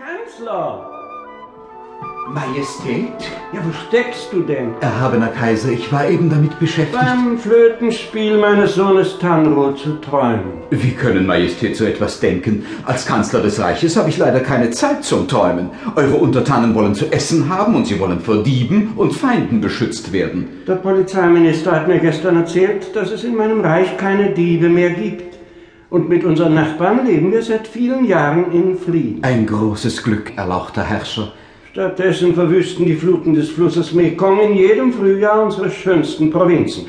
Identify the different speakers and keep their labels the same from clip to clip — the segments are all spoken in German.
Speaker 1: Kanzler!
Speaker 2: Majestät?
Speaker 1: Ja, wo steckst du denn?
Speaker 2: Erhabener Kaiser, ich war eben damit beschäftigt.
Speaker 1: Beim Flötenspiel meines Sohnes Tanro zu träumen.
Speaker 2: Wie können Majestät so etwas denken? Als Kanzler des Reiches habe ich leider keine Zeit zum Träumen. Eure Untertanen wollen zu essen haben und sie wollen vor Dieben und Feinden beschützt werden.
Speaker 1: Der Polizeiminister hat mir gestern erzählt, dass es in meinem Reich keine Diebe mehr gibt. Und mit unseren Nachbarn leben wir seit vielen Jahren in Frieden.
Speaker 2: Ein großes Glück, erlauchter Herrscher.
Speaker 1: Stattdessen verwüsten die Fluten des Flusses Mekong in jedem Frühjahr unsere schönsten Provinzen.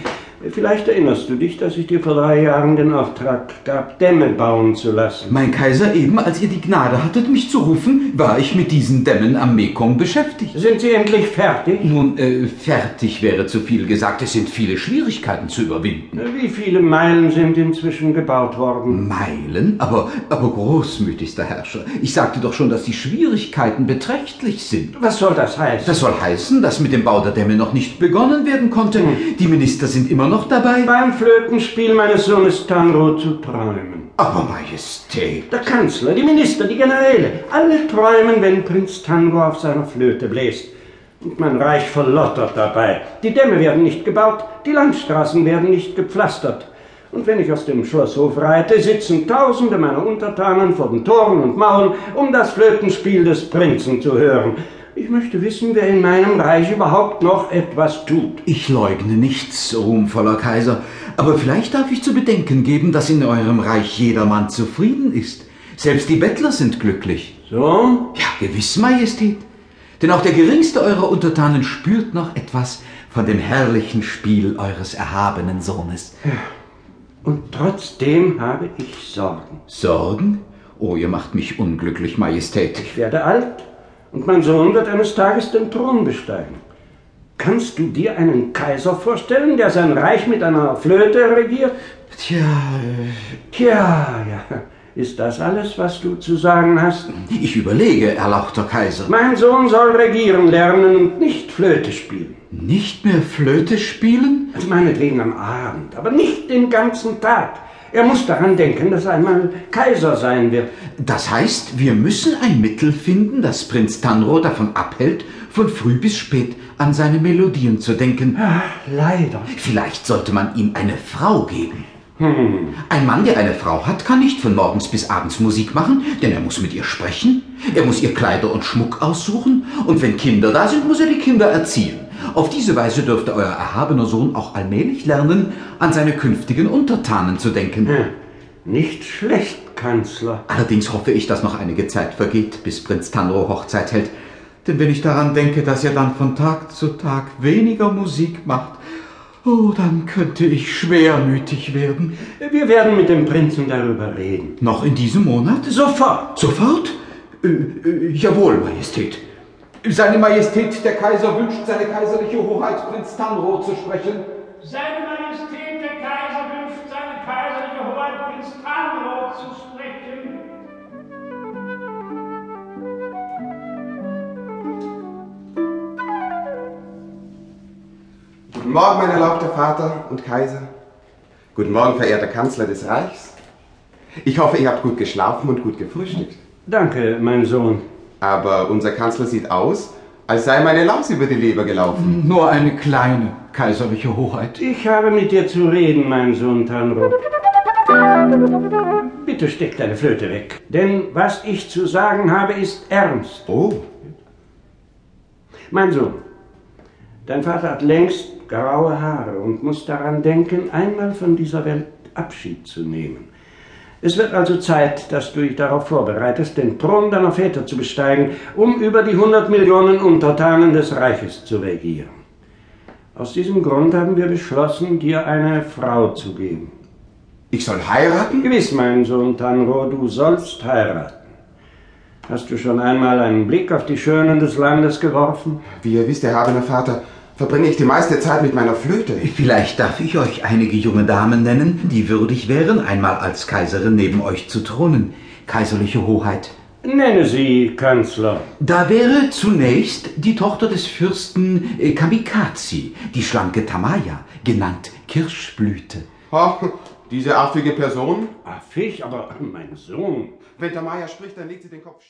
Speaker 1: Vielleicht erinnerst du dich, dass ich dir vor drei Jahren den Auftrag gab, Dämme bauen zu lassen.
Speaker 2: Mein Kaiser, eben als ihr die Gnade hattet, mich zu rufen, war ich mit diesen Dämmen am Mekong beschäftigt.
Speaker 1: Sind sie endlich fertig?
Speaker 2: Nun, äh, fertig wäre zu viel gesagt. Es sind viele Schwierigkeiten zu überwinden.
Speaker 1: Wie viele Meilen sind inzwischen gebaut worden?
Speaker 2: Meilen? Aber, aber großmütigster Herrscher, ich sagte doch schon, dass die Schwierigkeiten beträchtlich sind.
Speaker 1: Was soll das heißen?
Speaker 2: Das soll heißen, dass mit dem Bau der Dämme noch nicht begonnen werden konnte. Die Minister sind immer noch dabei.
Speaker 1: Beim Flötenspiel meines Sohnes Tanro zu träumen.
Speaker 2: Aber Majestät.
Speaker 1: Der Kanzler, die Minister, die Generäle, alle träumen, wenn Prinz Tango auf seiner Flöte bläst. Und mein Reich verlottert dabei. Die Dämme werden nicht gebaut, die Landstraßen werden nicht gepflastert. Und wenn ich aus dem Schlosshof reite, sitzen Tausende meiner Untertanen vor den Toren und Mauern, um das Flötenspiel des Prinzen zu hören. Ich möchte wissen, wer in meinem Reich überhaupt noch etwas tut.
Speaker 2: Ich leugne nichts, ruhmvoller Kaiser. Aber vielleicht darf ich zu bedenken geben, dass in eurem Reich jedermann zufrieden ist. Selbst die Bettler sind glücklich.
Speaker 1: So?
Speaker 2: Ja, gewiss, Majestät. Denn auch der geringste eurer Untertanen spürt noch etwas von dem herrlichen Spiel eures erhabenen Sohnes.
Speaker 1: Und trotzdem habe ich Sorgen.
Speaker 2: Sorgen? Oh, ihr macht mich unglücklich, Majestät.
Speaker 1: Ich werde alt und mein Sohn wird eines Tages den Thron besteigen. Kannst du dir einen Kaiser vorstellen, der sein Reich mit einer Flöte regiert?
Speaker 2: Tja, äh,
Speaker 1: Tja, ja. Ist das alles, was du zu sagen hast?
Speaker 2: ich überlege, erlauchter Kaiser.
Speaker 1: Mein Sohn soll regieren lernen und nicht Flöte spielen.
Speaker 2: Nicht mehr Flöte spielen?
Speaker 1: Also meinetwegen am Abend, aber nicht den ganzen Tag. Er muss daran denken, dass er einmal Kaiser sein wird.
Speaker 2: Das heißt, wir müssen ein Mittel finden, das Prinz Tanro davon abhält, von früh bis spät an seine Melodien zu denken.
Speaker 1: Ach, leider.
Speaker 2: Vielleicht sollte man ihm eine Frau geben. Ein Mann, der eine Frau hat, kann nicht von morgens bis abends Musik machen, denn er muss mit ihr sprechen, er muss ihr Kleider und Schmuck aussuchen und wenn Kinder da sind, muss er die Kinder erziehen. Auf diese Weise dürfte euer erhabener Sohn auch allmählich lernen, an seine künftigen Untertanen zu denken.
Speaker 1: Nicht schlecht, Kanzler.
Speaker 2: Allerdings hoffe ich, dass noch einige Zeit vergeht, bis Prinz Tanro Hochzeit hält. Denn wenn ich daran denke, dass er dann von Tag zu Tag weniger Musik macht, oh, dann könnte ich schwermütig werden.
Speaker 1: Wir werden mit dem Prinzen darüber reden.
Speaker 2: Noch in diesem Monat?
Speaker 1: Sofort.
Speaker 2: Sofort? Äh, äh, jawohl, Majestät. Seine Majestät, der Kaiser wünscht, seine kaiserliche Hoheit Prinz Tanro zu sprechen.
Speaker 3: Seine Majestät der Kaiser wünscht seine kaiserliche Hoheit Prinz Tanroth zu sprechen.
Speaker 4: Guten Morgen, mein erlaubter Vater und Kaiser. Guten Morgen, verehrter Kanzler des Reichs. Ich hoffe, ihr habt gut geschlafen und gut gefrühstückt.
Speaker 1: Danke, mein Sohn.
Speaker 4: Aber unser Kanzler sieht aus, als sei meine Laus über die Leber gelaufen.
Speaker 2: Nur eine kleine kaiserliche Hoheit.
Speaker 1: Ich habe mit dir zu reden, mein Sohn Tanro. Bitte steck deine Flöte weg. Denn was ich zu sagen habe, ist ernst.
Speaker 4: Oh,
Speaker 1: Mein Sohn, dein Vater hat längst graue Haare und muss daran denken, einmal von dieser Welt Abschied zu nehmen. Es wird also Zeit, dass du dich darauf vorbereitest, den Thron deiner Väter zu besteigen, um über die 100 Millionen Untertanen des Reiches zu regieren. Aus diesem Grund haben wir beschlossen, dir eine Frau zu geben.
Speaker 4: ich soll heiraten?
Speaker 1: Gewiss, mein Sohn Tanro, du sollst heiraten. Hast du schon einmal einen Blick auf die Schönen des Landes geworfen?
Speaker 4: Wie ihr wisst, erhabener Vater, verbringe ich die meiste Zeit mit meiner Flöte.
Speaker 2: Vielleicht darf ich euch einige junge Damen nennen, die würdig wären, einmal als Kaiserin neben euch zu thronen. Kaiserliche Hoheit.
Speaker 1: Nenne sie, Kanzler.
Speaker 2: Da wäre zunächst die Tochter des Fürsten äh, Kamikazi, die schlanke Tamaya, genannt Kirschblüte.
Speaker 4: Ha, Oh, diese affige Person.
Speaker 1: Affig, Ah, aber mein Sohn.
Speaker 4: Wenn der Maya spricht, dann legt sie den Kopf schief.